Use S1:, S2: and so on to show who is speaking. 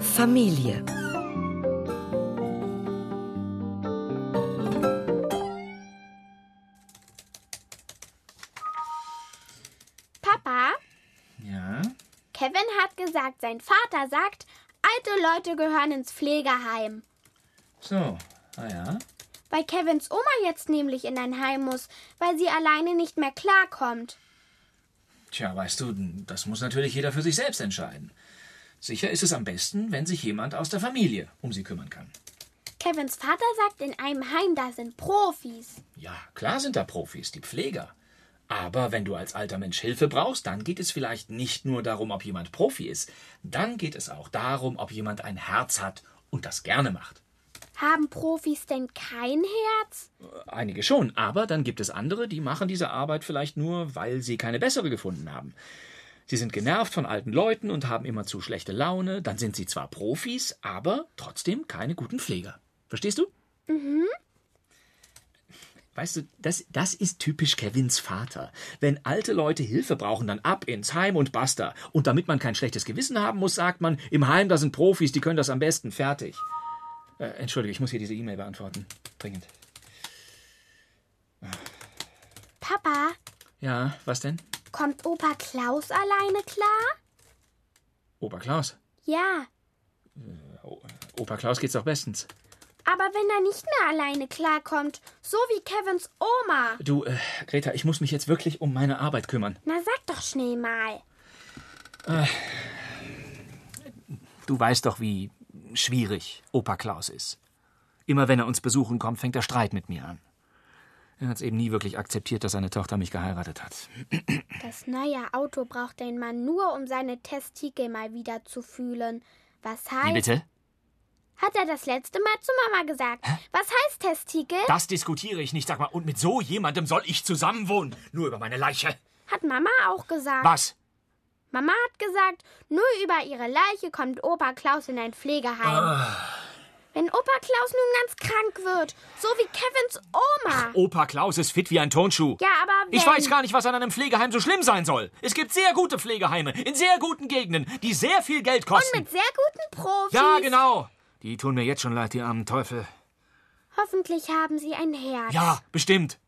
S1: Familie.
S2: Papa,
S3: Ja?
S2: Kevin hat gesagt, sein Vater sagt, alte Leute gehören ins Pflegeheim.
S3: So. Ah ja.
S2: Weil Kevins Oma jetzt nämlich in ein Heim muss, weil sie alleine nicht mehr klarkommt.
S3: Tja, weißt du, das muss natürlich jeder für sich selbst entscheiden. Sicher ist es am besten, wenn sich jemand aus der Familie um sie kümmern kann.
S2: Kevins Vater sagt, in einem Heim, da sind Profis.
S3: Ja, klar sind da Profis, die Pfleger. Aber wenn du als alter Mensch Hilfe brauchst, dann geht es vielleicht nicht nur darum, ob jemand Profi ist, dann geht es auch darum, ob jemand ein Herz hat und das gerne macht.
S2: Haben Profis denn kein Herz?
S3: Einige schon, aber dann gibt es andere, die machen diese Arbeit vielleicht nur, weil sie keine bessere gefunden haben. Sie sind genervt von alten Leuten und haben immer zu schlechte Laune, dann sind sie zwar Profis, aber trotzdem keine guten Pfleger. Verstehst du? Mhm. Weißt du, das, das ist typisch Kevins Vater. Wenn alte Leute Hilfe brauchen, dann ab ins Heim und basta. Und damit man kein schlechtes Gewissen haben muss, sagt man, im Heim, da sind Profis, die können das am besten, fertig. Äh, Entschuldige, ich muss hier diese E-Mail beantworten. Dringend.
S2: Papa,
S3: Ja, was denn?
S2: kommt Opa Klaus alleine klar?
S3: Opa Klaus.
S2: Ja,
S3: Opa Klaus geht's doch bestens.
S2: aber wenn er nicht mehr alleine klarkommt, so wie Kevins Oma.
S3: Du, äh, Greta, ich muss mich jetzt wirklich um meine Arbeit kümmern.
S2: Na sag doch schnell mal.
S3: Du weißt doch, wie schwierig Opa Klaus ist. Immer wenn er uns besuchen kommt, fängt der Streit mit mir an. Er hat's eben nie wirklich akzeptiert, dass seine Tochter mich geheiratet hat.
S2: Das neue Auto braucht den Mann nur, um seine Testikel mal wieder zu fühlen. Was heißt.
S3: Wie bitte?
S2: Hat er das letzte Mal zu Mama gesagt. Was heißt Testikel?
S3: Das diskutiere ich nicht, sag mal. Und mit so jemandem soll ich zusammenwohnen. Nur über meine Leiche.
S2: Hat Mama auch gesagt.
S3: Was?
S2: Mama hat gesagt, nur über ihre Leiche kommt Opa Klaus in ein Pflegeheim.
S3: Ah.
S2: Wenn Opa Klaus nun ganz krank wird, so wie Kevins Oma.
S3: Opa Klaus ist fit wie ein Turnschuh.
S2: Ja, aber wenn.
S3: oh. Ich weiß gar nicht, was an einem Pflegeheim so schlimm sein soll. Es gibt sehr gute Pflegeheime in sehr guten Gegenden, die sehr viel Geld kosten.
S2: Mit sehr guten Profis.
S3: Ja, genau. Die tun mir jetzt schon leid, die armen Teufel.
S2: Hoffentlich haben sie ein Herz.
S3: Ja, bestimmt.